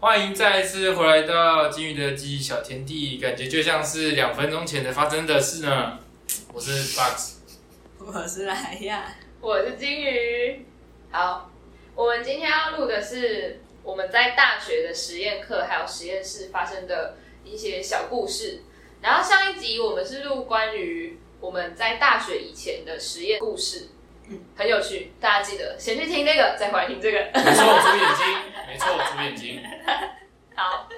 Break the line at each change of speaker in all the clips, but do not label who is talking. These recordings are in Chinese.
欢迎再一次回来到金鱼的记忆小天地，感觉就像是两分钟前的发生的事呢。我是 Box，
我是莱亚，
我是金鱼。好，我们今天要录的是我们在大学的实验课还有实验室发生的一些小故事。然后上一集我们是录关于我们在大学以前的实验故事，
嗯
很有趣，大家记得先去听那个，再回来听这个。
没错，我主眼睛， 没错，我主眼睛。
好，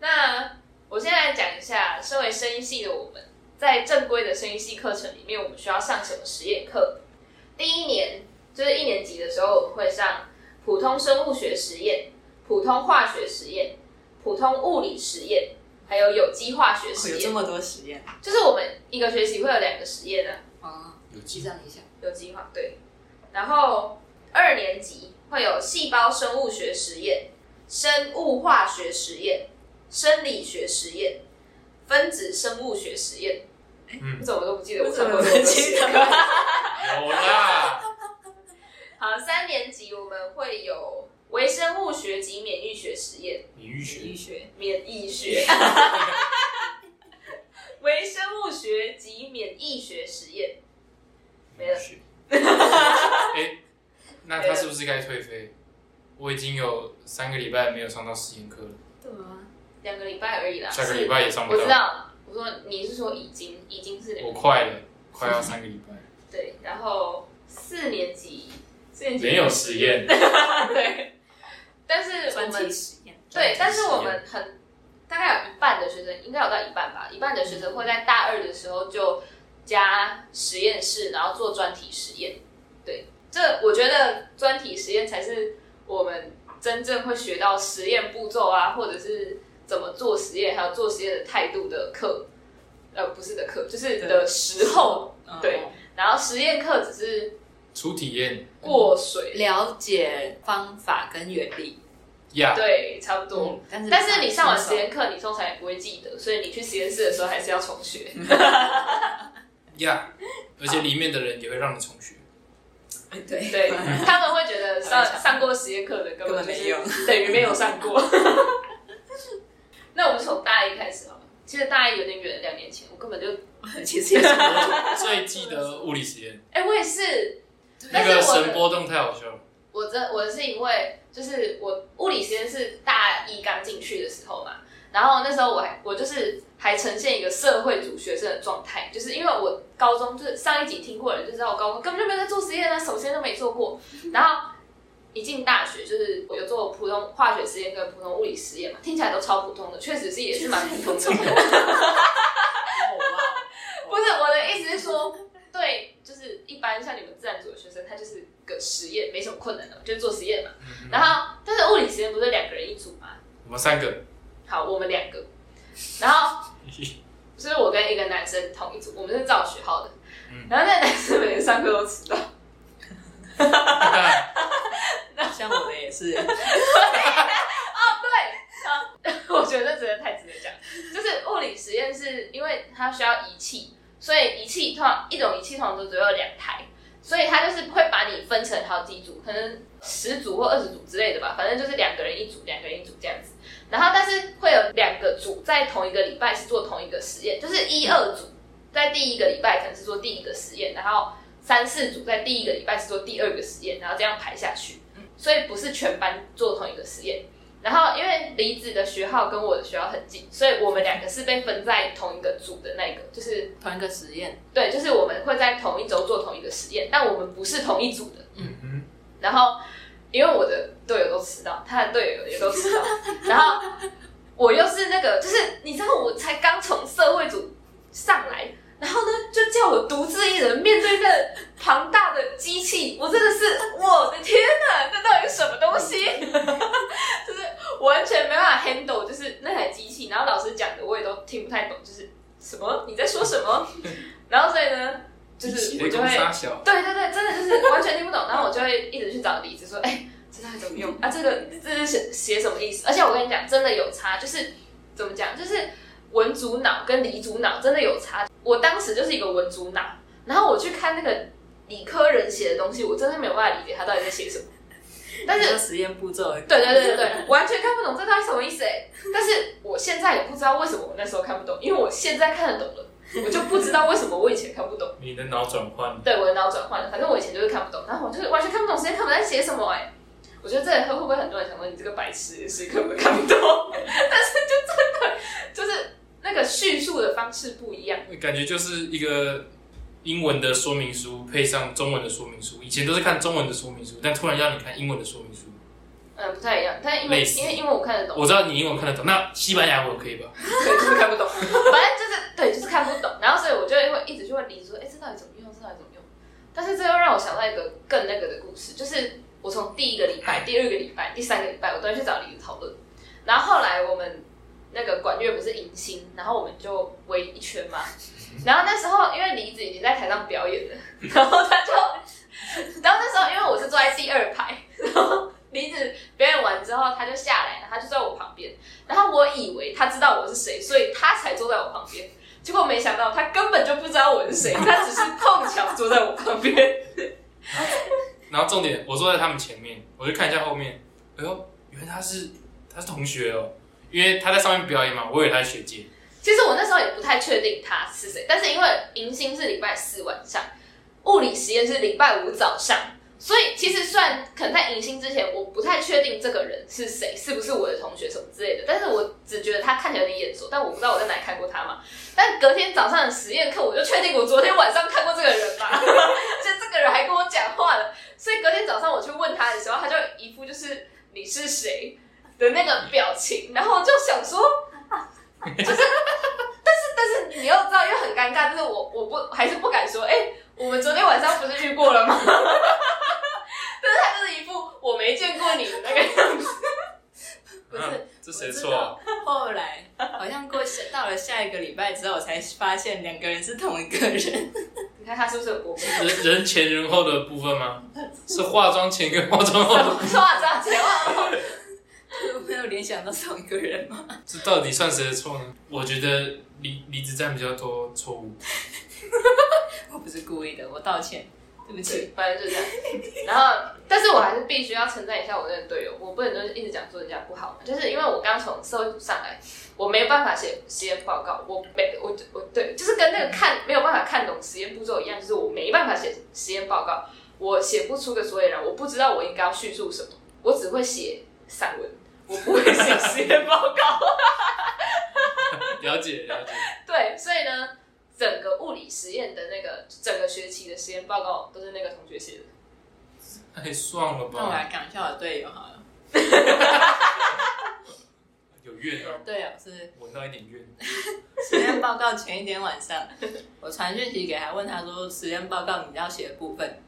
那我先来讲一下，身为声音系的我们，在正规的声音系课程里面，我们需要上什么实验课？第一年就是一年级的时候，我们会上普通生物学实验、普通化学实验、普通物理实验，还有有机化学
哦有
实
这
验。
么多实验
就是我们一个学期会有两个实验啊，
啊，
有
记账一下。
有机化对。然后二年级会有细胞生物学实验、生物化学实验、生理学实验、分子生物学实验。
嗯
你怎么都不记得我
为什
上
么
过
我
这么
们
多
记
实验？
得？
有啦，
好，三年级我们会有微生物学及免疫学实验，
免疫学，
学
免疫学。 微生物学及免疫学实验，没了
免疫学。 哎，那他是不是该退费？我已经有三个礼拜没有上到实验课了，
对啊，
两个礼拜而已啦。
下个
啊是
礼拜也上不
我知
到。
道，我说你是说已经，已经是两个
我快了，快要三个礼 拜，
对，然后四 年级，四年级
没有实验。
对，但是我
专题
们
实验
对，但是我们很大概有一半的学生，应该有到一半吧，一半的学
嗯
生会在大二的时候就加实验室，然后做专题实验。对，这我觉得专题实验才是我们真正会学到实验步骤啊，或者是怎么做实验，还有做实验的态度的课。呃，不是的课，就是的时候，
嗯
对，然后实验课只是
初体验
过水，
了解方法跟原理
呀，
对，差不多。
嗯但是
但是你上完实
间
验课，你通常也不会记得，所以你去实验室的时候还是要重学。
呀，而且里面的人也会让你重学。
哎对
对，他们会觉得上上过实验课的根
根
本
本
就是
没 用，
等于没有上 过。那我们从大一开始好了，其实大一有点远，两年前我根本就，
其实也 是
我最记得物理实验，
哎、我也是，
那
但
个
是我
神
的
波动太好笑 了。
我真我是因为就是我物理实验室大一刚进去的时候嘛，然后那时候我还我就是还呈现一个社会主学生的状态，就是因为我高中就是上一集听过的人就知道我高中根本就没有在做实验啊，首先都没做 过，然后一进大学就是我有做普通化学实验跟普通物理实验嘛，听起来都超普通的，确实是也是蛮普 通的。
哦
不是我的意思是说，对，就是一般像你们自然组的学生，他就是个实验，没什么困难的，就是做实验嘛。然后，但是物理实验不是两个人一组吗？
我们三 个，
好，我们两个，然后所以我跟一个男生同一组，我们是照学号的。
嗯
然后那个男生每天上课都迟到，嗯
哦像我们也是，
我觉得这真的太值得讲。就是物理实验是因为它需要仪器，所以仪器通常一种仪器通常都只有两台，所以它就是会把你分成好几组，可能十组或二十组之类的吧，反正就是两个人一组，两个人一组这样子。然后但是会有两个组在同一个礼拜是做同一个实验，就是一二组在第一个礼拜可能是做第一个实验，然后三四组在第一个礼拜是做第二个实验，然后这样排下去。所以不是全班做同一个实验，然后因为离子的学号跟我的学号很近，所以我们两个是被分在同一个组的那个，就是
同一个实验，
对，就是我们会在同一周做同一个实验，但我们不是同一组的。
嗯嗯，
然后因为我的队友都迟到，他的队友也都迟到，然后我又是那个，就是你知道我才刚从社会组上来，然后呢就叫我独自一人面对那庞大的机器，我真的是我的天哪，这到底是什么东西？ 就是完全没办法 handle，就是那台机器，然后老师讲的我也都听不太懂，就是什么你在说什么？然后所以呢，就是
嗯
我就会。
杀小，
对对对，真的就是完全听不懂，然后我就会一直去找例子说，哎、这到底怎么用啊？这个这是写写什么意思？而且我跟你讲，真的有差，就是怎么讲，就是文主脑跟理主脑真的有差。我当时就是一个文主脑，然后我去看那个理科人写的东西，我真的没有办法理解他到底在写什么。但是
这个实验步骤，
对对对对对，完全看不懂这套欸知道为什么我那时候看不懂，因为我现在看得懂了，我就不知道为什么我以前看不懂。
你的脑转换
对我的脑转换了，反正我以前就是看不懂，然后我就是完全看不懂时间看不懂在写什么哎、我觉得这里会不会很多人想说你这个白痴是根本看不懂， 但是就真的就是那个叙述的方式不一样，
感觉就是一个英文的说明书配上中文的说明书，以前都是看中文的说明书，但突然让你看英文的说明书。
嗯，不太一样。但因为
类似
因为因为我看得懂，
我知道你英文看得懂，那西班牙文可以吧？
对，就是看不懂。
反正就是对，就是看不懂，然后所以我就会一直去问林说，哎、这到底怎么用？这到底怎么用？但是这又让我想到一个更那个的故事，就是我从第一个礼
嗯
拜、第二个礼拜、第三个礼拜，我都会去找林讨论。然后后来我们那个管乐不是迎新，然后我们就围一圈嘛。
嗯
然后那时候因为梨子已经在台上表演了，然后他就， 然后那时候因为我是坐在第二排，然后梨子表演完之后，他就下来了，他就在我旁边。然后我以为他知道我是谁，所以他才坐在我旁边。结果没想到他根本就不知道我是谁，他只是碰巧坐在我旁边。
然后重点，我坐在他们前面，我就看一下后面，哎呦，原来他是他是同学哦，因为他在上面表演嘛，我以为他是学姐。
其实我那时候也不太确定他是谁，但是因为迎新是礼拜四晚上，物理实验是礼拜五早上，所以其实虽然可能在迎新之前我不太确定这个人是谁，是不是我的同学什么之类的，但是我只觉得他看起来有点眼熟，但我不知道我在哪里看过他嘛。 但隔天早上的实验课，我就确定我昨天晚上看过这个人嘛， 就这个人还跟我讲话了，所以隔天早上我去问他的时候，他就一副就是你是谁的那个表情，然后我就想说。但 是你又知道又很尴尬，就是我我不还是不敢说，哎、我们昨天晚上不是遇过了吗？ 但是他就是一副我没见过你的那个 样子，
不是
嗯这谁
我知
错啊
道？后来好像过下到了下一个礼拜之后，我才发现两个人是同一个 人。
你看他是不是有过分？
人 人前人后的部分吗？是化妆前跟化妆后
什
的，
么话这样讲？
没有联想到同一个人吗？
这到底算谁的错呢？我觉得离离职占比较多错误。
我不是故意的，我道歉，对不起。
对， 反正就这样。然后，但是我还是必须要称赞一下我那个队友，我不能就是一直讲说人家不好嘛，就是因为我刚从社会组上来，我没有办法写实验报告，我没我我对，就是跟那个看没有办法看懂实验步骤一样，就是我没办法写实验报告，我写不出个所以然，我不知道我应该要叙述什么，我只会写散文，我不会写实验报告。
了解了解，
对，所以呢，整个物理实验的那个整个学期的实验报告都是那个同学写的。
太爽哎了
那我
吧？
来讲一下我的队友好了。
有怨啊，
队友是
闻到一点怨。
实验报告前一天晚上，我传讯息给他，问他说实验报告你要写的部分，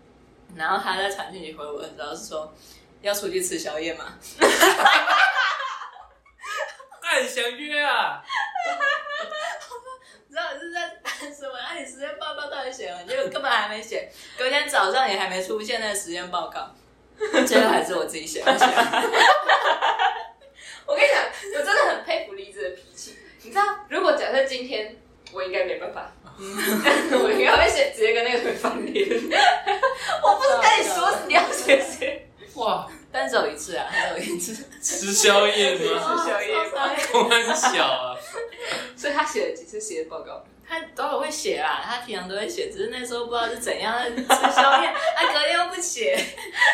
然后他在传讯息回我的时候是说要出去吃宵夜吗？
暗想约啊，
你知道你是在 干什么？哎，你实验报告到底写了？结果根本还没写，隔天早上也还没出现那个实验报告，最后还是我自己写的。
我跟你讲，我真的很佩服梨子的脾气。你知道，如果假设今天我应该没办 法，我应该会写直接跟那个人翻脸。我不是跟你说你要写谁，
哇，
但只有一次啊，只有一次。
吃宵夜
吃
吗？
宵夜
哦超衰
我很小啊，
所以他写了几次实验报告。
他偶尔会写啦，他平常都会写，只是那时候不知道是怎样他吃宵夜， 他隔天又不 写，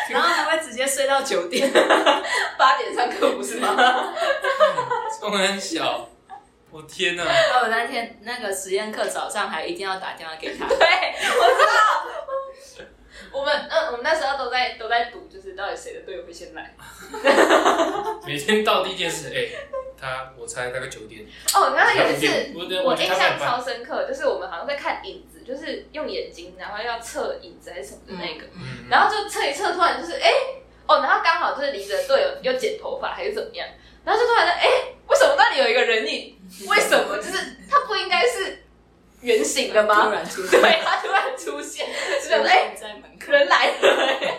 然后还会直接睡到九点。哦
八点上课不是 吗？
我很小，我天哪、
然后我那天那个实验课早上还一定要打电话给他，
对，我知道。我们嗯，我们那时候都在都在赌，就是到底谁的队友会先来。
每天到第一件事，哎、他我猜大概九点，
哦，然后有一次
我的
我
觉
印
得他
象
很棒
超深刻，就是我们好像在看影子，就是用眼睛，然后要测影子还是什么的那个，
嗯
然后就测一测，突然就是哎、哦，然后刚好就是离着队友又剪头发还是怎么样，然后就突然哎、为什么那里有一个人影？为什么？就是他不应该是圆形的
突
吗？
然出现，
对，他突然出现，就想说哎、
在门口，
人来了、哎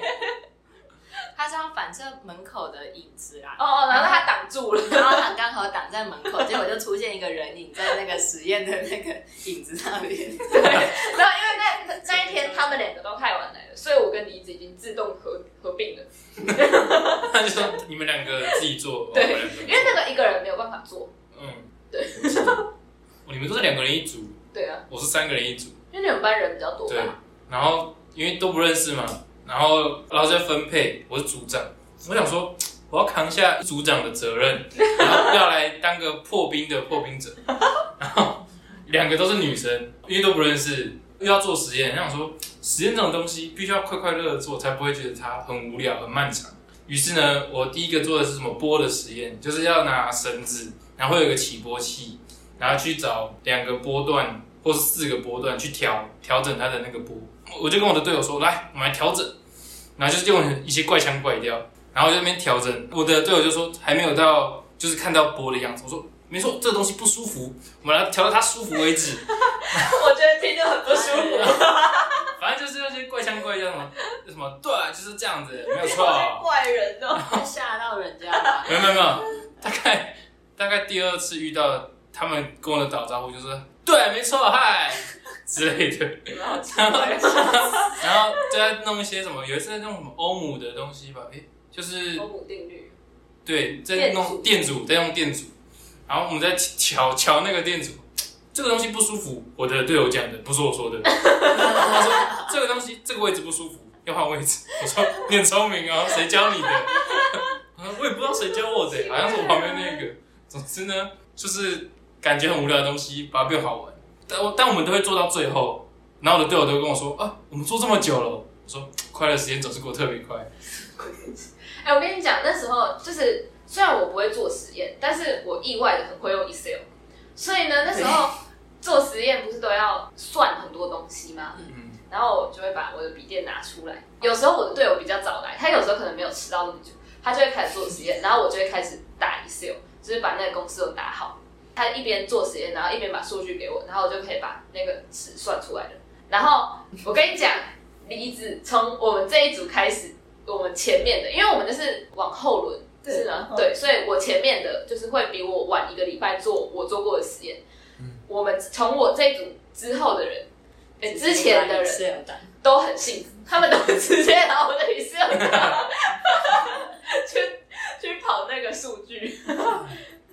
他是要反射门口的影子啦。
哦哦，然后他挡住了，
然后他刚好挡在门 口，结果就出现一个人影在那个实验的那个影子那边。
然后因为那那一天他们两个都太晚来了，所以我跟梨子已经自动合合并了。
他就说你们两个自己做，哦
对
我们两个
因为那个一个人没有办法做，
嗯，
对，
哦你们都是两个人一组，
对啊，
我是三个人一组，
因为你们班人比较多
对
吧？，
然后因为都不认识嘛，然后老师在分配，我是组长，我想说我要扛下组长的责任，然后要来当个破冰的破冰者，然后两个都是女生，因为都不认识，又要做实验，想说实验这种东西必须要快快乐乐做，才不会觉得它很无聊很漫长。于是呢，我第一个做的是什么波的实验，就是要拿绳子，然后会有一个起波器，然后去找两个波段或是四个波段去调调整它的那个波。我就跟我的队友说，来，我们来调整，然后就是用一些怪腔怪调，然后就在那边调整。我的队友就说还没有到，就是看到波的样子。我说没错，这个东西不舒服，我们来调到它舒服为止。
我觉得听着 很不舒服，
反正就是那些怪腔怪调什么什么，对啊，就是这样子，没有错。啊
怪人 哦，
吓到人家吧。
没有没有没有，大概大概第二次遇到他们跟我的打招呼就是对，没错，嗨之类的，
然后
然后然后就在弄一些什么，有一次在弄什么欧姆的东西吧，诶，就是
欧姆定律，
对，在弄
电
电阻，在用电阻，然后我们在瞧瞧那个电阻，这个东西不舒服，我的队友讲的，不是我说的。他说这个东西这个位置不舒服，要换位置。我说你很聪明哦，谁教你的？ 我说我也不知道谁教我的，好像是我旁边那个。总之呢，就是感觉很无聊的东西，把它变好玩。但我但我们都会做到最后，然后我的队友都跟我说啊，我们做这么久了，我说快乐时间总是过得特别快。
哎，我跟你讲，那时候就是虽然我不会做实验，但是我意外的很会用 Excel，所以呢，那时候做实验不是都要算很多东西吗？
嗯，
然后我就会把我的笔电拿出来。有时候我的队友比较早来，他有时候可能没有迟到那么久，他就会开始做实验，然后我就会开始打 Excel，就是把那个公式都打好。他一边做实验，然后一边把数据给我，然后我就可以把那个尺算出来了。然后我跟你讲，离子从我们这一组开始，我们前面的，因为我们就是往后轮，
对
是
往
吗？
后
对，所以我前面的就是会比我晚一个礼拜做我做过的实验。
嗯
我们从我这一组之后的人，哎、之前的人，
是有打，
都很幸福，他们都直接拿我的 Excel 去去跑那个数据，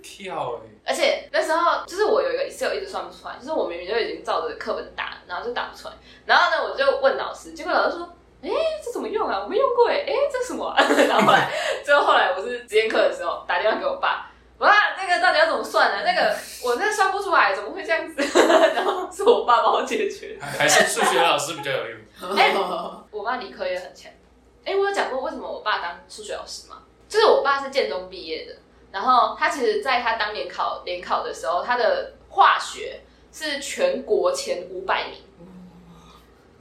跳欸
而且那时候就是我有一个 Excel 一直算不出来，就是我明明就已经照着课本打了，然后就打不出来，然后呢我就问老师，结果老师说。哎，这怎么用啊？我没用过哎，哎，这什么、啊？然后后来，最后后来我是实验课的时候打电话给我爸，我爸那个到底要怎么算呢、那个我那算不出来，怎么会这样子？然后是我爸帮我解决的。
还 还是数学老师比较有用。
哎我爸理科也很强。哎、我有讲过为什么我爸当数学老师吗？就是我爸是建中毕业的，然后他其实在他当年考联考的时候，他的化学是全国前五百名，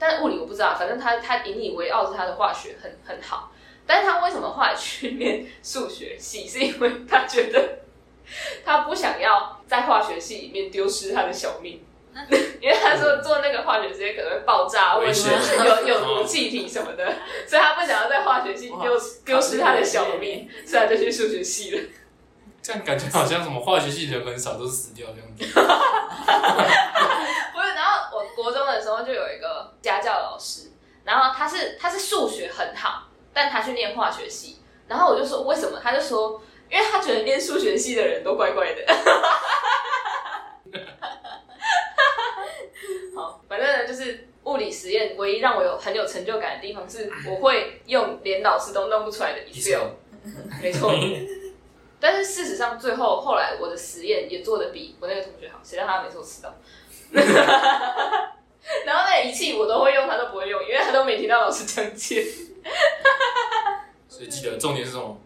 但物理我不知道，反正他他引以为傲是他的化学很很好。但是他为什么后来去念数学系？是因为他觉得 他不想要在化学系里面丢失他的小命， 因为他说做那个化学实验可能会爆炸，或者是
危
险
有有毒气体什么的，所以他不想要在化学系
哇
丢丢失他的小命，所以他就去数学系了。
这样感觉好像什么化学系的人很少都是死掉这样 子。
不是，然后我国中的时候就有一个家教老师，然后他是他是数学很好，但他去念化学系，然后我就说为什么？他就说，因为他觉得念数学系的人都怪怪 的。好，反正呢就是物理实验唯一让我有很有成就感的地方是，我会用连老师都弄不出来的 Excel。没错。但是事实上，最后后来我的实验也做的比我那个同学好，谁让他每次都迟到？ 然后那仪器我都会用，他都不会用，因为他都没听到老师讲解，
所以记得重点是什么？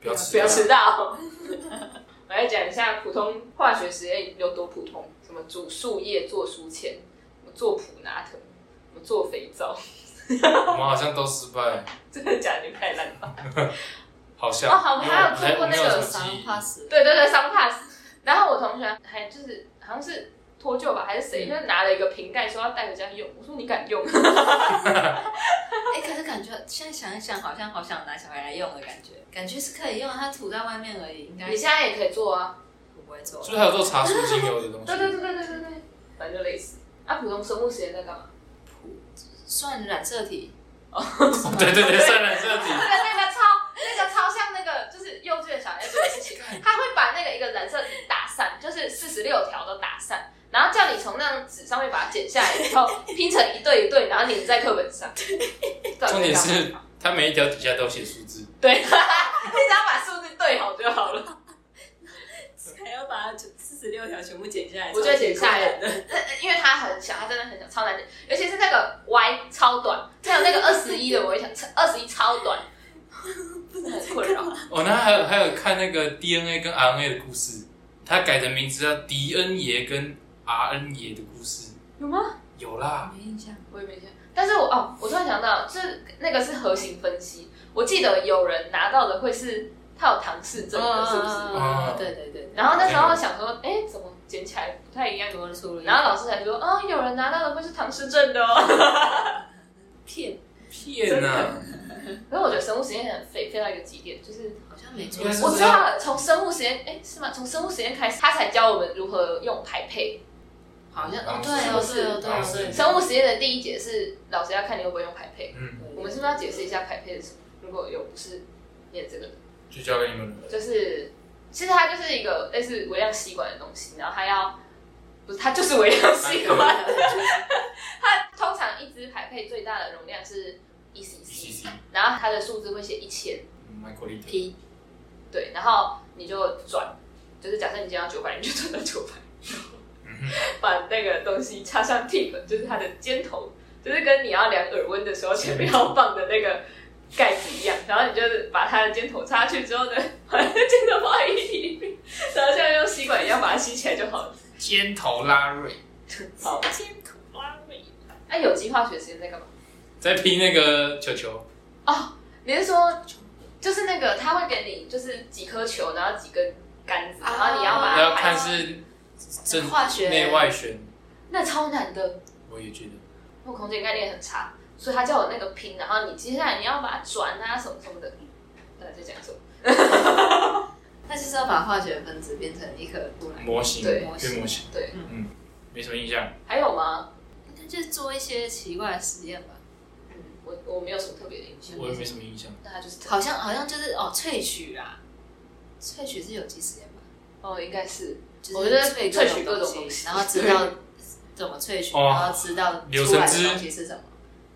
不要吃，
不要迟到。 我来讲一下普通化学实验有多普通，什么煮树叶做书签，什么做普拿藤，什么做肥皂，
我 们好像都失败，
真的假的？你们太烂了吧。
好像
哦好我
没
们
有
还有做过那
没
个
有什么
三
记忆
怕死，
对对对，商 pass。然后我同学还就是好像是脱臼吧，还是谁，
嗯
就是拿了一个瓶盖说要带回家用。我说你敢用？
哎，可是感觉现在想一想，好像好想拿小孩来用的感觉，感觉是可以用，它涂在外面而已，应该
你现在也可以做啊。
我不会做
是。不是还有做茶树精油的东西？
对对对对对对对，反正就类似。啊，普通生物实验在干嘛？
算染色体，
哦 对对对，算了这
那
题。
个那个超那个超像那个就是幼稚园小孩做的事情，他会把那个一个染色体打散，就是四十六条都打散，然后叫你从那张纸上面把它剪下来，以后拼成一对一对，然后粘在课本 上。到底
重点
在干
是
嘛
它每一条底下都写数字，
对，你只要把数字对好就好了。
还要把四十六条全部剪下来，
我觉得剪下
超
来
级困难的，
因为它很小，它真的很小，超难剪，尤其是那个 Y 超短，还有那个二十一的，我也想， 二十一超短，真的很困扰。
哦，那 还有还有看那个 DNA 跟 RNA 的故事，它改成名字叫迪恩爷跟 RN 爷的故事，
有吗？
有啦，
没印象。
我也没见。但是我哦，我突然想到，就是那个是核型分析，我记得有人拿到的会是他有唐氏症的，是不是？
嗯
啊对对对，
然后那时候想说，哎，怎么捡起来不太一样？
多
嗯
出了一个，
然后老师才说，哦，有人拿到的会是唐氏症的哦。
骗
骗啊！
可是我觉得生物实验很废，废到一个极点，就是
好像没
应该是
我知道了，从生物实验，哎，是吗？从生物实验开始，他才教我们如何用排配。
好像
老
哦
师
对哦对哦对
老
哦
师
对哦，
生物实验的第一节是老师要看你会不会用排配。
嗯，
我们是不是要解释一下排配是什么？如果有不是念这个的。
就交给你们了。
就是其实它就是一个类似微量吸管的东西，然后它要不是它就是微量吸 管，它通常一支排配最大的容量是一 cc，
CC
然后它的数字会写一千，
Michael Little，
P
对，然后你就转，就是假设你今天要九百，你就转到九百，
嗯哼，
把那个东西插上 tip，就是它的尖头，就是跟你要量耳温的时候前面要放的那个盖子一样。然后你就是把它的尖头插下去之后呢， 把那个尖头放在液体里面，然后像用吸管一样把它吸起来就好 了。
尖头拉瑞
好，
尖头拉美，
那、啊有机化学实验在干嘛？
在拼那个球球，
你是说，就是那个他会给你就是几颗球，然后几根杆子，然后你要把
要
它
看
排，
是正
化学
内外旋，
那超难的。
我也觉得。
我空间概念很差，所以他叫我那个拼，然后你接下来你要把它转啊什么什么的，对，在讲什么？
那就是要把化学分子变成一颗出来，
模型，
对
月
模型
模型，
对，
嗯，没什么印象。
还有吗？
应该就是做一些奇怪的实验吧。
嗯，我我没有什么特别的印象，
我也没什么印象。
那他就是特
好像好像就是哦，萃取啊，萃取是有机实验吧？
哦，应该是
就是
我觉得萃取
各
各种
东
东西
然后知道怎么萃取，
哦
然后知道
柳
出来
橙
的
汁
东西是什么。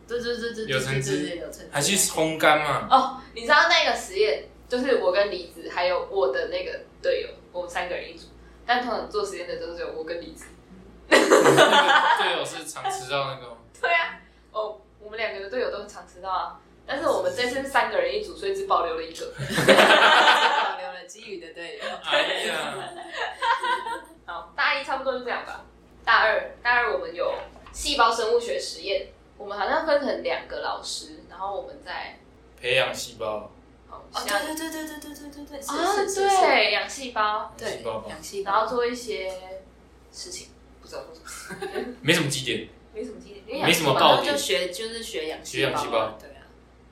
对对对对对
柳橙
对
汁
对，柳橙汁
还去烘干 嘛？
哦，你知道那个实验就是我跟李子还有我的那个队友，我们三个人一组，但通常做实验的都是有我跟李子。
那个队友是常吃到那个吗，
对啊，哦，我们两个的队友都很常迟到啊，但是我们这次是三个人一组，所以只保留了一个。
保留了基宇的队友。
哎呀，
好，大一差不多就这样吧。大二，大二我们有细胞生物学实验，我们好像分成两个老师，然后我们在
培养细胞，
好
哦，
像
对对对对对对对对，
啊
是是是是，
对养细胞，
养细胞吧
对，，氧气
然后做一些事情，不知道做什么，
没什么基点，
没什么经验，因
没
为养
什
细
么
胞
爆
然后
点
就，学就是学氧
学氧气
胞啊
胞，
对啊，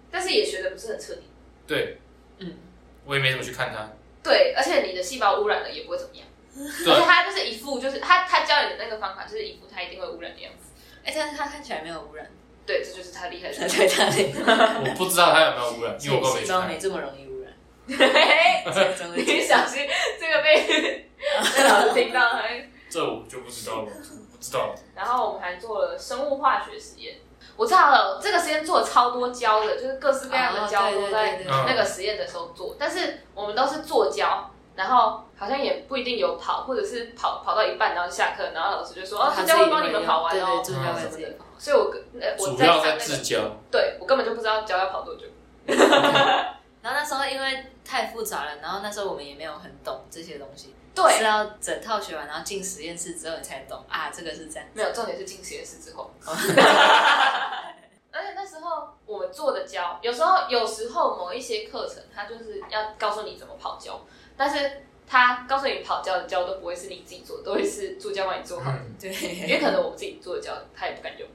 但是也学的不是很彻底。
对，
嗯，
我也没怎么去看 它。
对，而且你的细胞污染了也不会怎么样，而且
对，
它就是一副就是他他教你的那个方法就是一副它一定会污染的样子，
哎，但是它看起来没有污染，
对，这就是他厉害的地
对
方。
对对，
我不知道它有没有污染，因为我根本没去
细胞没
看。
这么容易污染，
你小心这个被 被老师听到，还
这我就不知道了，不知道。
然后我们还做了生物化学实验。我知道了，这个实验做了超多胶的，就是各式各样的胶
哦
都在
嗯
那个实验的时候做，但是我们都是做胶，然后好像也不一定有跑，或者是跑跑到一半然后就下课，然后老师就说哦，
他
这
自
胶
己
会帮你们跑完
对
哦
对，助教会自己跑完。
所以我跟呃我
主
在
要
上
在
那
自
个，
交，
对我根本就不知道胶要跑多久，
然后那时候因为太复杂了，然后那时候我们也没有很懂这些东西，是
对，
要整套学完，然后进实验室之后你才懂啊，这个是 这样。
没有重点是进实验室之后。 而且那时候我们做的胶，有时候有时候某一些课程，它就是要告诉你怎么跑胶，但是他告诉你跑胶的胶都不会是你自己做，都会是助教帮你做好，
嗯，
因
对，
为可能我们自己做的胶他也不敢用，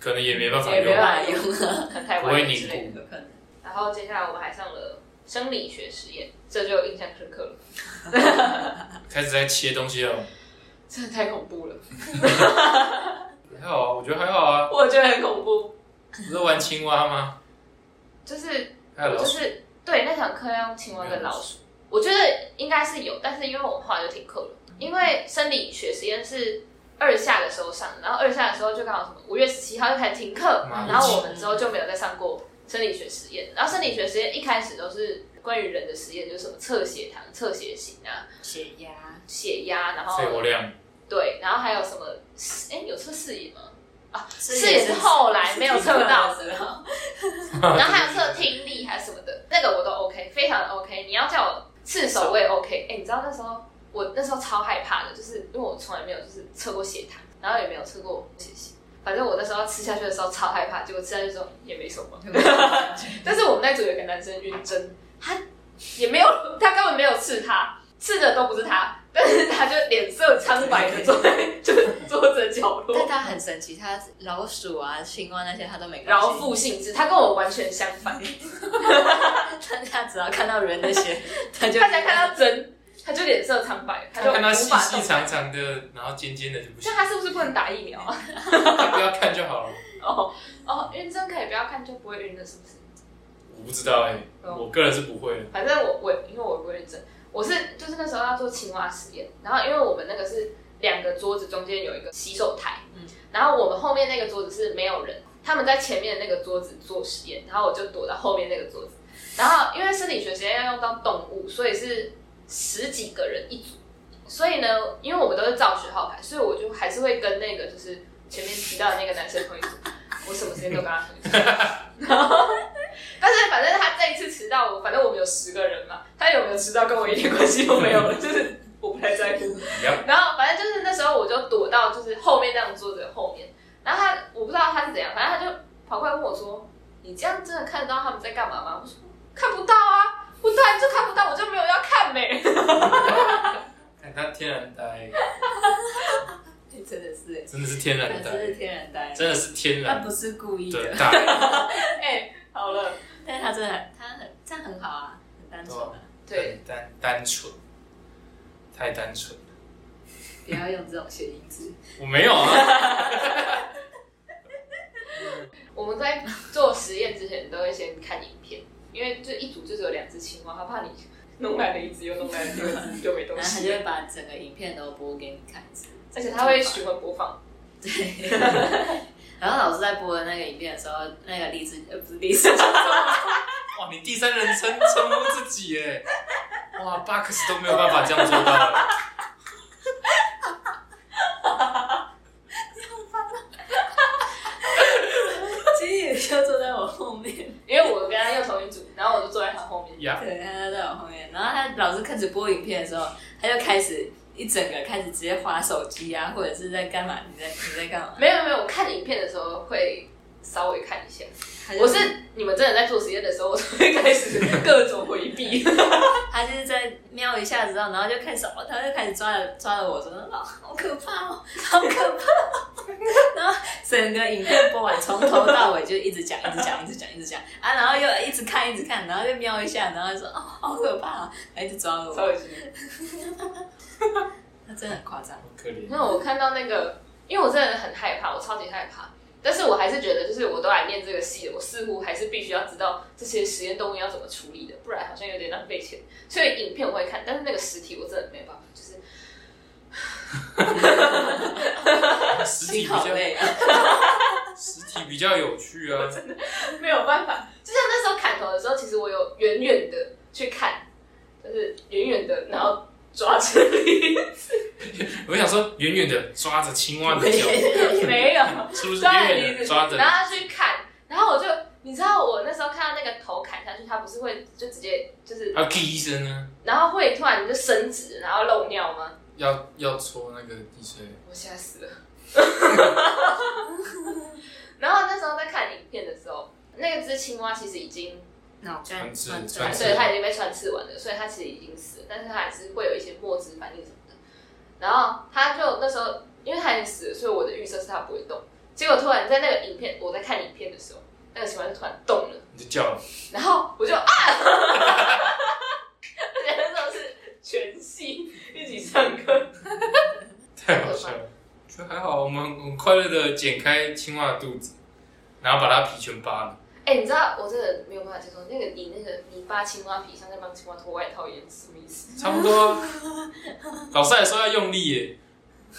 可能也没办法
也没
用
办。
法用啊，
可能太
不会
歪了
凝
之类的。
有可能。
然后接下来我们还上了生理学实验，这就印象深刻了，
开始在切东西了，
真的太恐怖了，
还好啊，我觉得还好啊。
我觉得很恐怖，
不是玩青蛙吗？
就是
还有
就
老鼠，
是对那堂课要用青蛙跟老鼠，我觉得应该是有，但是因为我们后来就停课了，因为生理学实验是二下的时候上，然后二下的时候就刚好什么五月十七号就开始停课，
妈
然后我们之后就没有再上过生理学实验。然后生理学实验一开始都是关于人的实验，就是什么测血糖、测血型啊、
血压，
血压，然后
肺活量，
对，然后还有什么？哎，有测视野吗？
是
也是后来没有测到
的时候，
然后还有测听力还是什么的，那个我都 OK，非常 OK。你要叫我刺手我也 OK。哎，你知道那时候我那时候超害怕的，就是因为我从来没有就是测过血糖，然后也没有测过血型。反正我那时候吃下去的时候超害怕，结果吃下去之后也没什么。但是我们那组有个男生晕针，他也没有，他根本没有刺他，刺的都不是他，但是他就脸色苍白的坐在就是坐着角落
但。 他很神奇，他老鼠啊、青蛙那些他都没关心
然后负性质，他跟我完全相反。
但他只要看到人的血，他就
大家看到针，他就脸色苍白，他就
看它
无
细
法
细
动
长
弹。
长的，然后尖尖的就不行
那，他是不是不能打疫苗啊？
不要看就好了。
哦哦，晕针可以不要看就不会晕的，是不是？
我不知道哎、
哦
我个人是不会的。
反正我我因为我不会晕针，我是就是那时候要做青蛙实验，然后因为我们那个是两个桌子中间有一个洗手台，
嗯
然后我们后面那个桌子是没有人，他们在前面那个桌子做实验，然后我就躲到后面那个桌子，然后因为生理学实验要用到动物，所以是十几个人一组，所以呢，因为我们都是照学号牌，所以我就还是会跟那个就是前面提到的那个男生同一组，我什么时间都跟他同一组。然后，但是反正他这一次迟到，我反正我们有十个人嘛，他有没有迟到跟我一点关系都没有了，就是我不太在乎。
一样
然后反正就是那时候我就躲到就是后面那样桌子的后面，然后他我不知道他是怎样，反正他就跑过来问我说：“你这样真的看得到他们在干嘛吗？”我说：“看不到啊，我当然就看不到，我就没有要看 呗。
看它天然呆，
真的是，
真的是天
他
然
真是
呆，
天然呆，
真的是天
他
然
不是故意
的
的，
呆。
哎、好了，
但是他真的很，他很这样很好啊，很单纯啊，
对，
很单单纯，太单纯了。
不要用这种谐音字。
我没有啊，
我们在做实验之前都会先看影片，因为就一组就只有两只青蛙，他怕你弄来了一只又弄来了第二只就 没东
然后他啊就
西了，
会把整个影片都播给你看一次，
而且他会循环播放。
对。 然后老师在播的那个影片的时候，那个励志呃不是励志，
哇，你第三人称称呼自己哎，哇，Bucks 都没有办法这样做到了。
其实也就坐在我后 面，
因为我跟他又同一组，然后我就坐在他后面。
呀，
对，他就在我后面。然后他老师开始播影片的时候，他就开始一整个开始直接划手机啊，或者是在干嘛？你在你在干嘛？
没有没有，我看影片的时候会稍微看一下。
他就
我是你们真的在做实验的时候，我会开始各种回避。
他就是在瞄一下之后，然后就开始哦，他就开始抓着抓着我说：“哦，好可怕 哦，好可怕、哦。”然后整个影片播完，从头到尾就一直讲，一直讲，一直讲，一直讲啊，然后又一直看，一直看，然后又瞄一下，然后就说：“哦，好可怕、哦！”然后一直抓着
稍
我，
微去。
他真的很夸张
好。可怜。
那我看到那个，因为我真的很害怕，我超级害怕。但是我还是觉得，就是我都来念这个系了，我似乎还是必须要知道这些实验动物要怎么处理的，不然好像有点浪费钱。所以影片我会看，但是那个实体我真的没办法，就是
实体比
心好
较
累啊！
实体比较有趣啊，
没有办法。就像那时候砍头的时候，其实我有远远的去看，就是远远的，然后抓这里，
我想说远远的抓着青蛙的脚，
没有。
是不是
抓
远
了
远
梨
的
子，
抓着
然？后他去砍，然后我就，你知道我那时候看到那个头砍下去，他不是会就直接就是，
还有 K 医生呢，
然后会突然就伸直，然后漏尿吗？
要要戳那个地水，
我吓死 了。然后那时候在看影片的时候，那个只青蛙其实已经，
脑
穿
干
刺
穿
穿刺
对，它已经被穿刺完了，所以它其实已经死了，但是它还是会有一些末肢反应什么的。然后它就那时候，因为它已经死了，所以我的预设是它不会动。结果突然在那个影片，我在看影片的时候，那个青蛙就突然动了。
你就叫了，
然后我就啊， 而且那时候是全系一起上课，
太好笑了。觉得还好，我们很很快乐的剪开青蛙的肚子，然后把它皮全扒了。
哎、你知道我真的没有办法接受那个 你那个泥巴青蛙皮像在帮青蛙脱外套一样，什么意思？
差不多啊，搞赛的时候要用力耶，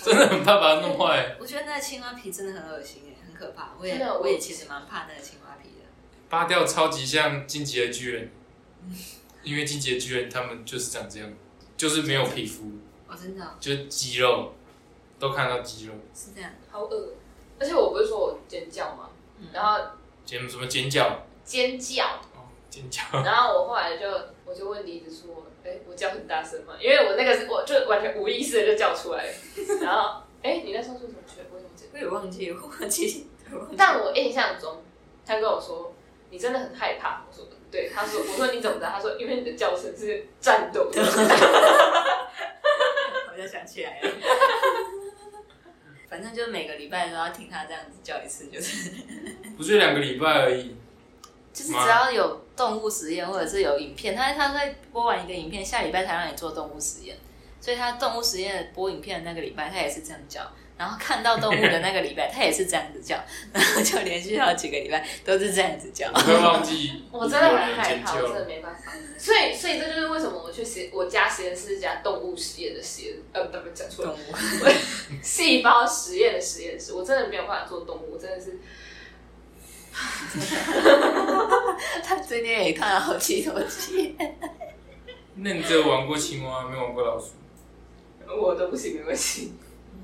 真的很怕把它弄坏。
我觉得那个青蛙皮真的很恶心哎，很可怕。我也
真的
我
我
也其实蛮怕那个青蛙皮的。
扒掉超级像进击的巨人，因为进击的巨人他们就是长这样，就是没有皮肤，
哦，真的哦
就是肌肉，都看到肌肉。
是这样。
好恶。哦而且我不是说我尖叫吗？
嗯
然后
尖什么尖叫？
尖叫，
哦，尖叫。
然后我后来就我就问李子说，哎、我叫很大声吗？因为我那个是我就完全无意识的就叫出来了，然后哎、你那时候是什么去？我怎么记得？
我也忘记，我忘记，我忘记。
但我印象中，他跟我说你真的很害怕。我说对，他说我说你怎么知道？他说因为你的叫声是战斗的。
我就想起来了。反正就每个礼拜都要听他这样子叫一次，就是
不是两个礼拜而已，
就是只要有动物实验或者是有影片，他他会播完一个影片，下礼拜才让你做动物实验，所以他动物实验播影片的那个礼拜，他也是这样叫，然后看到动物的那个礼拜，他也是这样子叫， 然后就连续好几个礼拜都是这样子 叫
我。会忘记
。我真的很害
尖
怕，
叫
我真的没办法。所以，所以这就是为什么我去实我家实验室是家动物实验的实验，呃，不不讲错
动
了，
物，
细胞实验的实验室，我真的没有办法做动物，我真的是
他最近也看了好几多集，
那你只有玩过青蛙，没有玩过老鼠？
我都不行，没关系。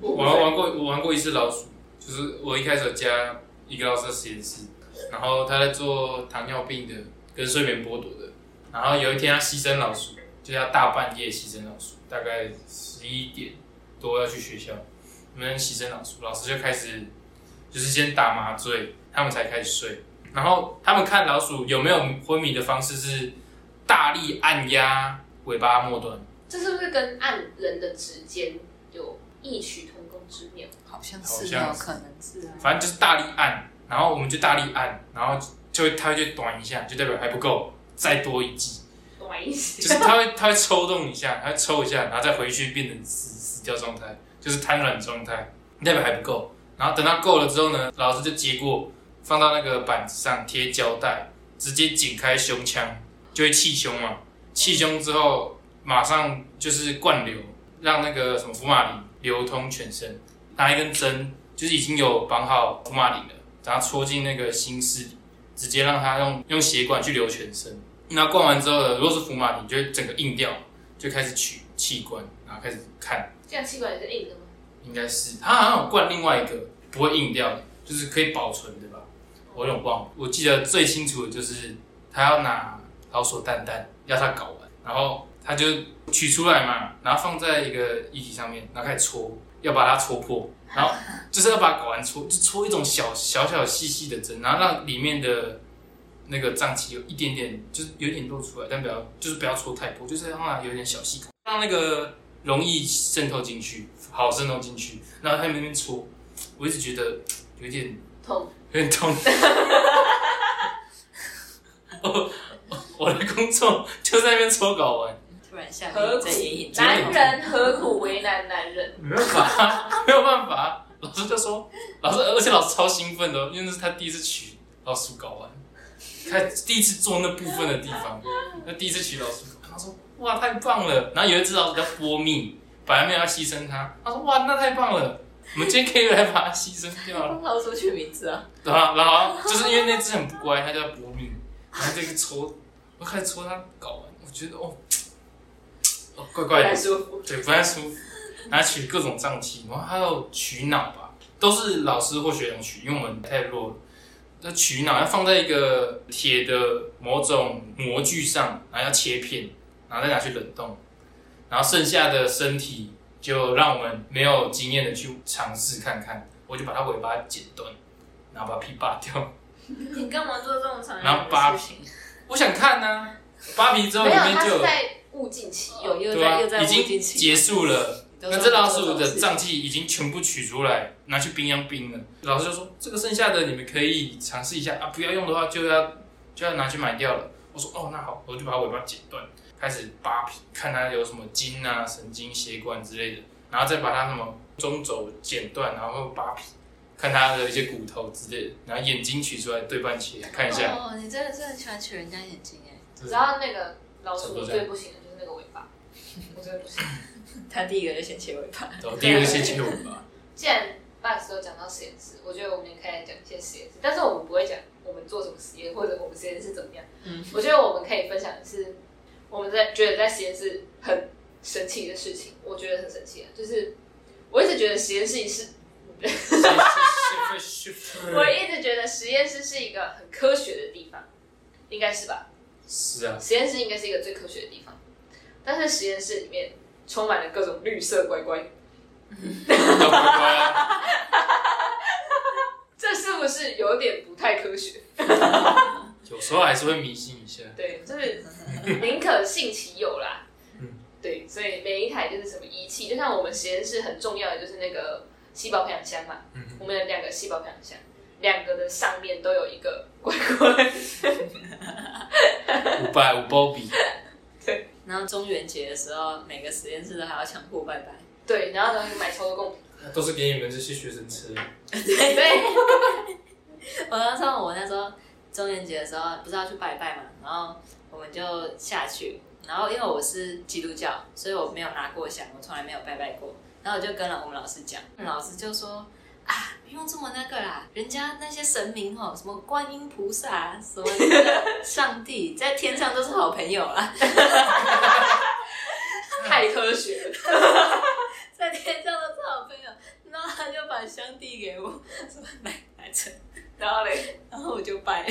我
我玩玩过，我玩过一次老鼠，就是我一开始有加一个老师的实验室，然后他在做糖尿病的跟睡眠剥夺的，然后有一天他牺牲老鼠，就是他大半夜牺牲老鼠，大概十一点多要去学校，我们牺牲老鼠，老师就开始就是先打麻醉，他们才开始睡，然后他们看老鼠有没有昏迷的方式是大力按压尾巴末端。
这是不是跟按人的指尖有异曲同工之妙？
好像
好
是
像
哦，
是
可能是啊。
反正就是大力按，然后我们就大力按，然后就会它就短一下，就代表还不够，再多一剂，
短一些，
就是它会它会抽动一下，它会抽一下，然后再回去变成死死掉状态，就是瘫软状态，代表还不够。然后等它够了之后呢，老师就接过放到那个板子上贴胶带，直接剪开胸腔，就会气胸嘛。气胸之后马上就是灌流，让那个什么福马林流通全身，拿一根针，就是已经有绑好福马林了，然后戳进那个心室里，直接让它用用血管去流全身。那灌完之后呢，如果是福马林，就会整个硬掉，就开始取器官，然后开始看，
这样气管也是硬的吗？
应该是它好像有灌另外一个不会硬掉的，就是可以保存的吧。我有点忘了，我记得最清楚的就是他要拿老鼠蛋蛋，要他搞完，然后他就取出来嘛，然后放在一个液体上面，然后开始搓，要把它搓破，然后就是要把它搞完搓，就搓一种小小小细细的针，然后让里面的那个脏器有一点点，就是有点露出来，但不要就是不要搓太破，就是让它有点小细孔，让那个容易渗透进去，好渗透进去，然后他们那边搓，我一直觉得有点
痛，
有点痛。 我我的工作就在那边抽睾丸，
突然下
何
面
苦
在眼影，
男人何苦为难男人？
没办法， 没有办法。老师就说，老师，而且老师超兴奋的哦，因为那是他第一次取老鼠睾丸，他第一次做那部分的地方，他第一次取老鼠睾丸，他说哇太棒了。然后有一只老鼠叫波蜜，本来没有要牺牲它，他说哇那太棒了，我们今天可以来把它牺牲掉了。
帮老鼠取名字啊，
然后然后就是因为那只很不乖，它叫博米，然后这个抽，我开始抽它睾丸，我觉得哦，哦怪怪
太
的，
舒服。
对，不太舒服。然后取各种脏器，然后还有取脑吧，都是老师或学生取，因为我们太弱了。那取脑要放在一个铁的某种模具上，然后要切片，然后再拿去冷冻，然后剩下的身体就让我们没有经验的去尝试看看。我就把它尾巴剪断，然后把屁拔掉。
你干嘛做这种残
忍然后扒
的事情？我
我想看呢、扒皮之后
没
里
有，
面
他
就是有
在物尽其
有
用。
又
对
在、
啊
又在，
已
物尽
经
其
结
用，
束了。
都
那
说
这老
做
鼠
种
的
事
脏器已经全部取出来，拿去冰箱冰了。老师就说，这个剩下的你们可以尝试一下啊，不要用的话就要就要拿去买掉了。我说哦，那好，我就把尾巴剪断，开始扒皮，看它有什么筋啊、神经、血管之类的，然后再把它什么中轴剪断，然后扒皮，看它的一些骨头之类的，然后眼睛取出来对半切，看一下。
哦，你真的是很喜欢取人家眼睛哎，
你知道那个老鼠最不行的就是那个尾巴，我真的不行。
他第一个就先切尾巴，
然后哦第一个先切尾 巴，
既然 Max 都讲到实验室，我觉得我们也可以来讲一些实验室，但是我们不会讲我们做什么实验或者我们实验室怎么样。
嗯，
我觉得我们可以分享的是，我们在觉得在实验室很神奇的事情，我觉得很神奇啊，就是我一直觉得实验室是，
先切先切
我一直觉得实验室是一个很科学的地方，应该是吧？
是啊，
实验室应该是一个最科学的地方，但是实验室里面充满了各种绿色乖乖，
要啊乖乖啊，
这是不是有点不太科学？
有时候还是会迷信一下。
对，就是宁可信其有啦。
嗯
对，所以每一台就是什么仪器，就像我们实验室很重要的就是那个细胞培养箱嘛，
嗯
我们有两个细胞培养箱，两个的上面都有一个乖乖。
五百五包比，
然后中元节的时候，每个实验室都还要强迫拜拜。
对，然后呢买抽的贡品，
都是给你们这些学生吃的。
对，
我那时候，我那时候中元节的时候，不是要去拜拜嘛，然后我们就下去，然后因为我是基督教，所以我没有拿过香，我从来没有拜拜过。然后我就跟了我们老师讲，老师就说啊，不用这么那个啦，人家那些神明哦，什么观音菩萨，什么那个上帝，在天上都是好朋友啊啦，
太科学了。
在天上都是好朋友。然后他就把香递给我，说来来这，
然后嘞，
然 后我就拜了，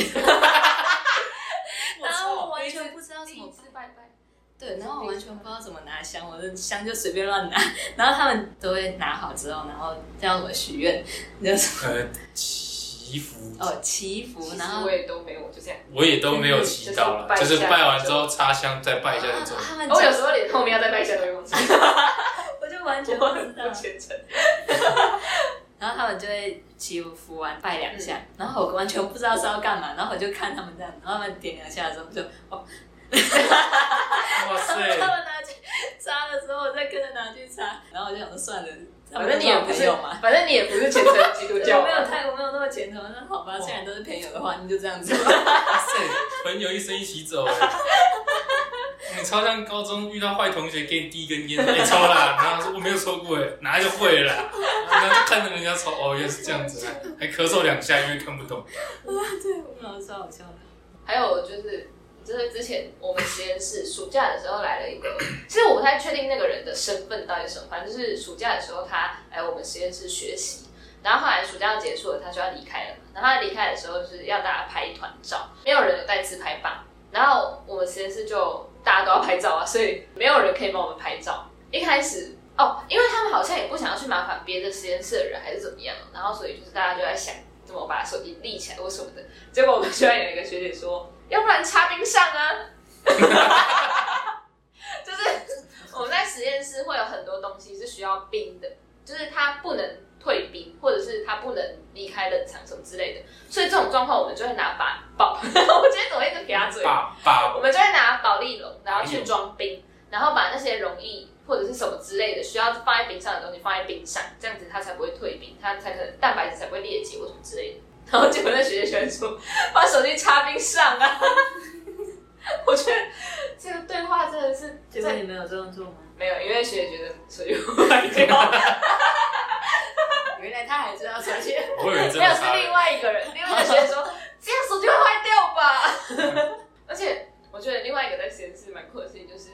然后我完全不知道怎么办。
拜拜。
对，然后我完全不知道怎么拿香，我的香就随便乱拿，然后他们都会拿好之后，然后让我许愿，就是
呃，祈福，
哦祈福，
其
然
实
后
我也都没有，我就这样。
我也都没有祈祷了，
哦就
就是是
拜一下
拜完之后插香再拜一下就走
啊。他们
哦我有
就
时候连后面要再拜一下都会忘记，
我就完全不
我
知
很
道
不，虔诚。
然后他们就会祈福完拜两下，
嗯
然后我完全不知道是要干嘛，然后我就看他们这样，然后他们点两下的时候我就哦，
哇
他们
塞！
拿去扎的时候，我再跟着拿去扎，然后我就想说算了，他
反
们都
正你
是
也
好
不
朋
是
友嘛。，
反正你也不是哦虔诚的基督教啊
我
嘛
没。有太，我没有那么虔诚。我说好吧，既然都是朋友的话，你就这样 子吧。
哇塞，朋友一生一起走 哎。你超像高中遇到坏同学给你递一根烟，你抽啦，然后他说我没有抽过哎，拿就会了啦。然后看着人家抽，哦，原来是这样子啊，还咳嗽两下，因为看不懂。
对，我们老师好笑的。
还有就是，就是之前我们实验室暑假的时候来了一个，其实我不太确定那个人的身份到底是什么，反正就是暑假的时候他来我们实验室学习，然后后来暑假要结束了，他就要离开了嘛，然后他离开的时候就是要大家拍一团照，没有人有带自拍棒，然后我们实验室就大家都要拍照啊，所以没有人可以帮我们拍照。一开始哦，因为他们好像也不想要去麻烦别的实验室的人，还是怎么样，然后所以就是大家就在想怎么把手机立起来或什么的。结果我们居然有一个学姐说，要不然插冰上啊， 就是我们在实验室会有很多东西是需要冰的，就是它不能退冰，或者是它不能离开冷藏什么之类的，所以这种状况我们就会拿把宝， 我今天怎么一直撇嘴？
爸爸
我，们就会拿保利龙，然后去装冰，然后把那些溶液或者是什么之类的需要放在冰上的东西放在冰上，这样子它才不会退冰，它才可能蛋白质才不会裂解或什么之类的。然后结果那学姐居然说 把手机插冰上啊！我觉得这个对话真的是
结果你们有这样做吗？
没有，因为学姐觉得手机 坏掉，
原来他还知道这些，
我以为真
没有
的
是
插了
另外一个人，另外一个学姐 说这样手机会坏掉吧。 而且我觉得另外一个在实验室蛮酷的事情就是，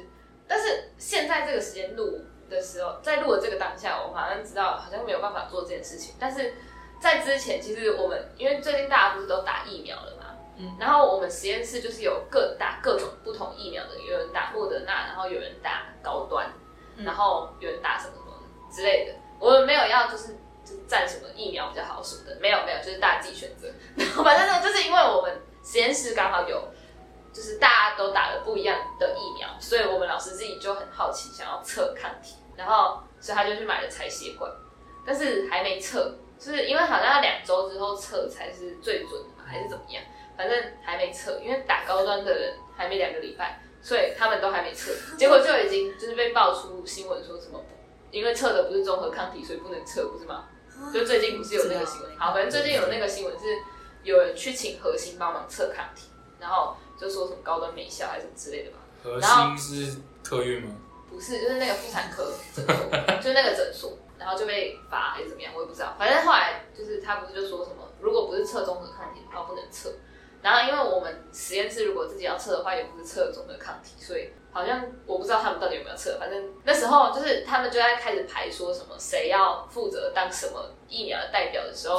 但是现在这个时间录的时候，在录的这个当下，我好像知道好像没有办法做这件事情，但是在之前其实我们因为最近大家不是都打疫苗了嘛。
嗯
然后我们实验室就是有各打各种不同疫苗的，有人打莫德纳，然后有人打高端，
嗯
然后有人打什么什么之类的。我们没有要就是就是占什么疫苗比较好什么的，没有没有，就是大家自己选择。 然后反正呢，就是因为我们实验室刚好有，就是大家都打了不一样的疫苗，所以我们老师自己就很好奇，想要测抗体，然后所以他就去买了采血管，但是还没测，就是因为好像要两周之后测才是最准的嘛，还是怎么样？反正还没测，因为打高端的人还没两个礼拜，所以他们都还没测，结果就已经就是被爆出新闻说什么，因为测的不是综合抗体，所以不能测，不是吗？就最近不是有那个新闻，好，反正最近有那个新闻是有人去请核心帮忙测抗体，然后就说什么高端美校还是什么之类的吧。
核心是客运吗？
不是，就是那个妇产科诊所，就是那个诊所，然后就被罚还是怎么样，我也不知道。反正后来就是他不是就说什么，如果不是测综合抗体的哦话，不能测。然后因为我们实验室如果自己要测的话，也不是测综合抗体，所以好像我不知道他们到底有没有测。反正那时候就是他们就在开始排说什么谁要负责当什么疫苗的代表的时候，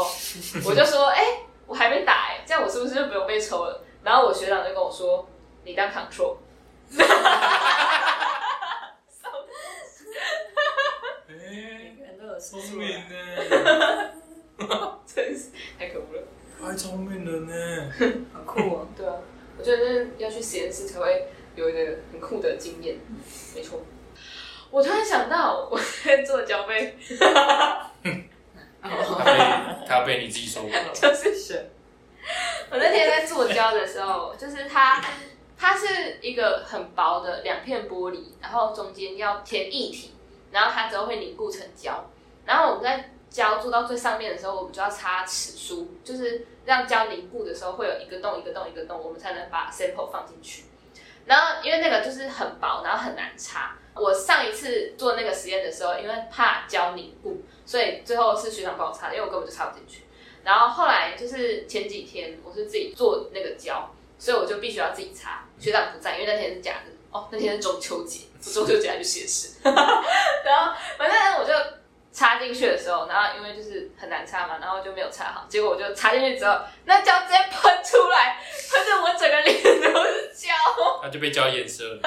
我就说，哎、我还没打、哎，这样我是不是就不用被抽了？然后我学长就跟我说，你当 control。
哎
每，个人都有失
哎聪
误
明
啊。
呢，
真是太可恶了。
太聪明了呢。
好酷哦！
对啊，我觉得真的要去实验室才会有一个很酷的经验。没错，我突然想到，我在做脚背
哦
他被他被你自己说完了，
就是神。我那天在做胶的时候，就是它，它是一个很薄的两片玻璃，然后中间要填液体，然后它之后会凝固成胶。然后我们在胶做到最上面的时候，我们就要擦齿梳，就是让胶凝固的时候会有一个洞一个洞一个洞，我们才能把 sample 放进去。然后因为那个就是很薄，然后很难擦。我上一次做那个实验的时候，因为怕胶凝固，所以最后是学长帮我擦的，因为我根本就擦不进去。然后后来就是前几天我是自己做那个胶，所以我就必须要自己擦。学长不在，因为那天是假日。哦，那天是中秋节，中秋节还去写诗。 然后反正我就插进去的时候，然后因为就是很难插嘛，然后就没有插好。结果我就插进去之后，那胶直接喷出来，喷的我整个脸都是胶。
他就被教眼色了。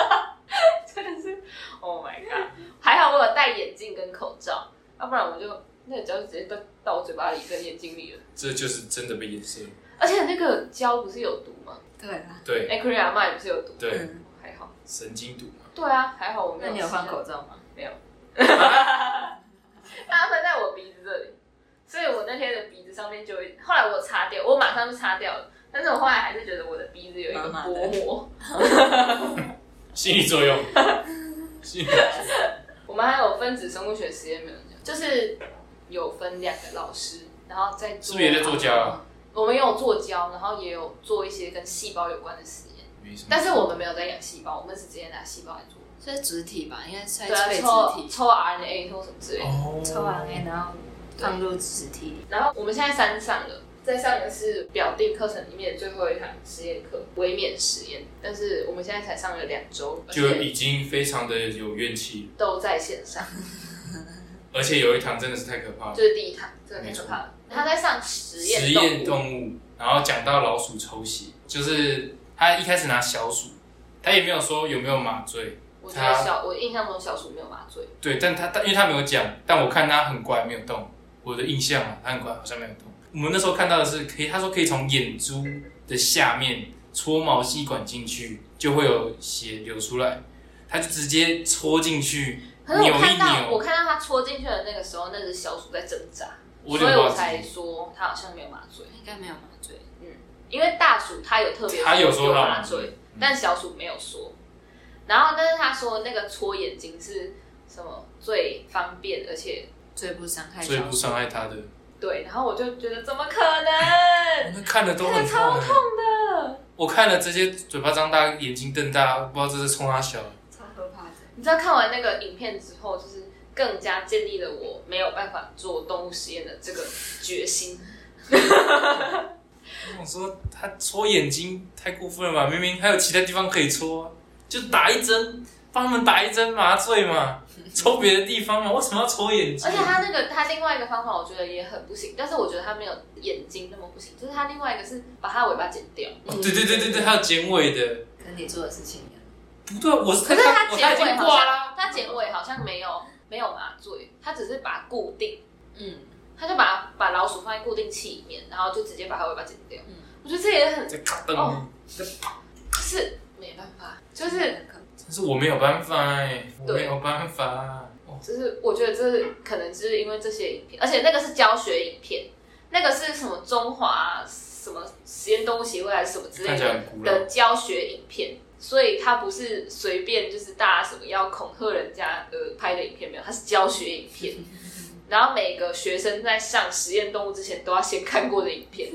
真的是，Oh my god！还好我有戴眼镜跟口罩，要不然我就那个胶就直接到到我嘴巴里跟眼睛里了。
这就是真的被眼色了。
而且那个胶不是有毒吗？
对啊，
对
哎、欸，克瑞阿妈也不是有毒，
对，
嗯
还好。
神经毒嘛。
对啊，还好我没有。
那你有换？口 罩吗？
没有。它喷在我鼻子这里，所以我那天的鼻子上面就有一，后来我擦掉，我马上就擦掉了。但是我后来还是觉得我的鼻子有一个
麻麻的
薄膜。
心理作用， 心理
我们还有分子生物学实验没有讲，就是有分两个老师，然后在
是
做。
不是也在做家啊？
我们也有做胶，然后也有做一些跟细胞有关的实验，
没什么
但是我们没有在养细胞，我们是直接拿细胞来做。
这是植体吧，应该是在
对啊，
萃
抽
植体，
抽 RNA 或什么之类的。
哦，
抽 RNA 然后放入植体里。
然后我们现在三上了，在上的是表弟课程里面最后一堂实验课——微免实验，但是我们现在才上了两周，而
就
且
已经非常的有怨气，
都在线上，
而且有一堂真的是太可怕了，
就是第一堂，真的太可怕了。他在上实验
嗯实验
动物，
动物，然后讲到老鼠抽血，就是他一开始拿小鼠，他也没有说有没有麻醉，
我觉得小我印象中小鼠没有麻醉，
对，但他但因为他没有讲，但我看他很乖，没有动，我的印象啊，他很乖，好像没有动。我们那时候看到的是可以，他说可以从眼珠的下面戳毛细管进去，就会有血流出来，他就直接戳进去，
可是我
扭一
看到
扭，
我看到他戳进去的那个时候，那只小鼠在挣扎，
我有
所以
点
我
忘
才
记。
说他好像没有麻醉，
应该没有麻醉，
因为大鼠他有特别
他有说
有
他有
麻
麻醉
醉
嗯，
但小鼠没有说。然后，但是他说那个戳眼睛是什么最方便，而且
最不伤害
所以
小
不伤害他的，
对。然后我就觉得怎么可 能？
那看了都很痛、
超
欸，我看了直接嘴巴张大，眼睛瞪大，不知道这是冲他小。
超可怕的。
你知道看完那个影片之后，就是更加建立了我没有办法做动物实验的这个 决心。
我想说他戳眼睛太过分了吧？明明还有其他地方可以戳啊、就打一针，帮他们打一针麻醉嘛，抽别的地方嘛，为什么要戳眼睛？
而且他那个他另外一个方法，我觉得也很不行，但是我觉得他没有眼睛那么不行，就是他另外一个是把他尾巴剪掉。
哦对对对对对，还有剪尾的，
跟你做的事情一样。
不对啊，我是
可是他
我
结
他已
尾
经
好
挂
像
啦，
他结尾好像没有没有麻醉，他只是把它固定，
嗯，
他就把把老鼠放在固定器里面，然后就直接把它尾巴剪掉。
嗯
我觉得这也很
在卡灯，
哦就是没办法，就是
但是我没有办法哎、我
对
没有办法、哦，
就是我觉得这是可能就是因为这些影片，而且那个是教学影片，那个是什么中华什么实验动物协会还是什么之类
看起来
的
很古老
的教学影片。所以它不是随便就是大家什么要恐吓人家呃拍的影片没有，它是教学影片。然后每个学生在上实验动物之前都要先看过的影片，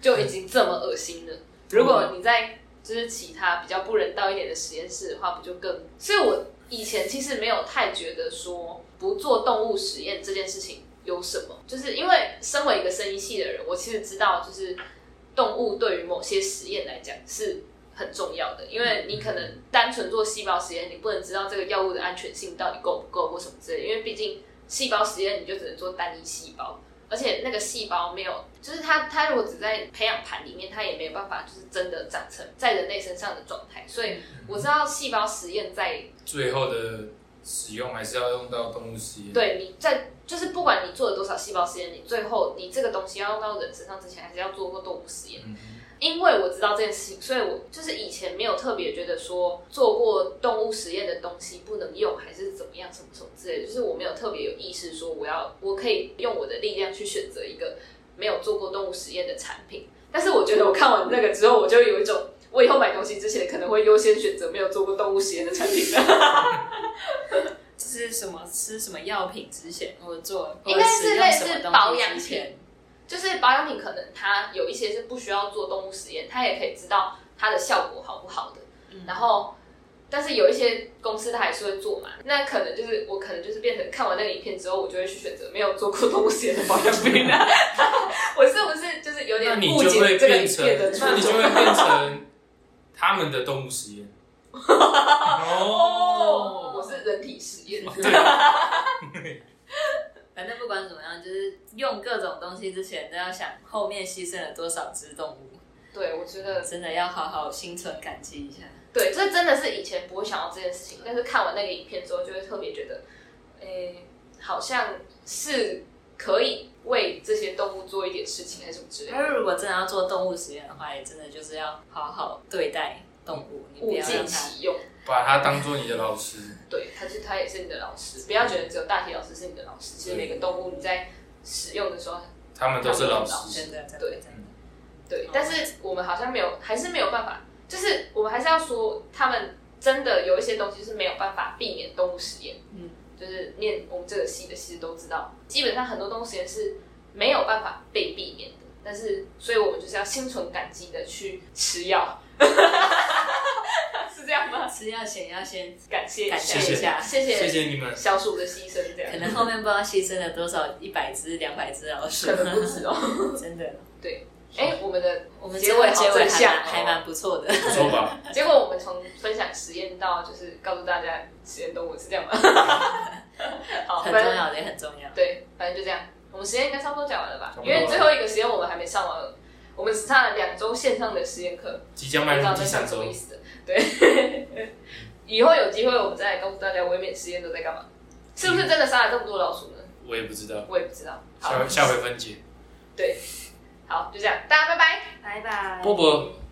就已经这么恶心了。如果你在就是其他比较不人道一点的实验室的话，不就更？所以我以前其实没有太觉得说不做动物实验这件事情有什么，就是因为身为一个生医系的人，我其实知道就是动物对于某些实验来讲是很重要的，因为你可能单纯做细胞实验，你不能知道这个药物的安全性到底够不够或什么之类的，因为毕竟细胞实验你就只能做单一细胞。而且那个细胞没有，就是它，它如果只在培养盘里面，它也没有办法，就是真的长成在人类身上的状态。所以我知道细胞实验在
最后的使用还是要用到动物实验。，
对你在就是不管你做了多少细胞实验，你最后你这个东西要用到人身上之前，还是要做过动物实验。
嗯，
因为我知道这件事情，所以我就是以前没有特别觉得说做过动物实验的东西不能用，还是怎么样什么什么之类的，就是我没有特别有意识说我要我可以用我的力量去选择一个没有做过动物实验的产品。但是我觉得我看完那个之后，我就有一种我以后买东西之前可能会优先选择没有做过动物实验的产品的。
就是什么吃什么药品之前，或者做
应该是类似
或者使用什么东西之前
保养品就是保养品可能它有一些是不需要做动物实验，它也可以知道它的效果好不好的。
嗯
然后，但是有一些公司它还是会做嘛，那可能就是我可能就是变成看完那个影片之后，我就会去选择没有做过动物实验的保养品啊。我是不是就是有
那
点
你
误
就会
解这个
变
影
成，
片的
那
初
你就
衷？
会变成他们的动物实验。
哦，
哦，
我是人体实验。
反正不管怎么样，就是用各种东西之前都要想后面牺牲了多少只动物，
对，我觉得
真的要好好心存感激一下。
对，这真的是以前不会想到这件事情，但是看完那个影片之后，就会特别觉得，诶、好像是可以为这些动物做一点事情，还是什么之类的。
但是如果真的要做动物实验的话，也真的就是要好好对待动物，你不
物
要
尽
让它
其用，
把它当做你的老师。
对，他就他也是你的老师，不要觉得只有大体老师是你的老师，其实每个动物你在使用的时候，
他们都是老师，
真的真的
对
真的
对，但是我们好像没有，还是没有办法，就是我们还是要说，他们真的有一些东西是没有办法避免动物实验。
嗯，
就是念我们这个系的，其实都知道，基本上很多东西是没有办法被避免的。但是，所以我们就是要心存感激的去吃药， 是这样吗？
吃药前要先
感谢一下
感谢一下，
谢
谢
谢
谢你们。
小鼠的牺牲，这样
可能后面不知道牺牲了多少，一百只、两百只老鼠
可，能不止哦。
真的。
哎，我们的
我们
结
结
尾
尾
好
结尾
正
还
向哦
蛮还蛮不错的，
不错吧？
结果，我们从分享实验到就是告诉大家实验动物是这 样吗？好，
很
哦反
重
正
要的也很重要。
对，反正就这样。我们实验应该差不多讲完了吧
差？不
因
多了
为最后一个实验我们还没上完，我们只上了两周线上的实验课，
即将
不
迈
知道
入第
在
三
上什
周
么意，思的。对， 以后有机会我们再来告诉大家微免实验都在干嘛，是不是真的杀了这么多老鼠呢？
我也不知道，
我也不知道。好
下，下回分解。
好，就这样，大家拜拜。
拜拜
波波。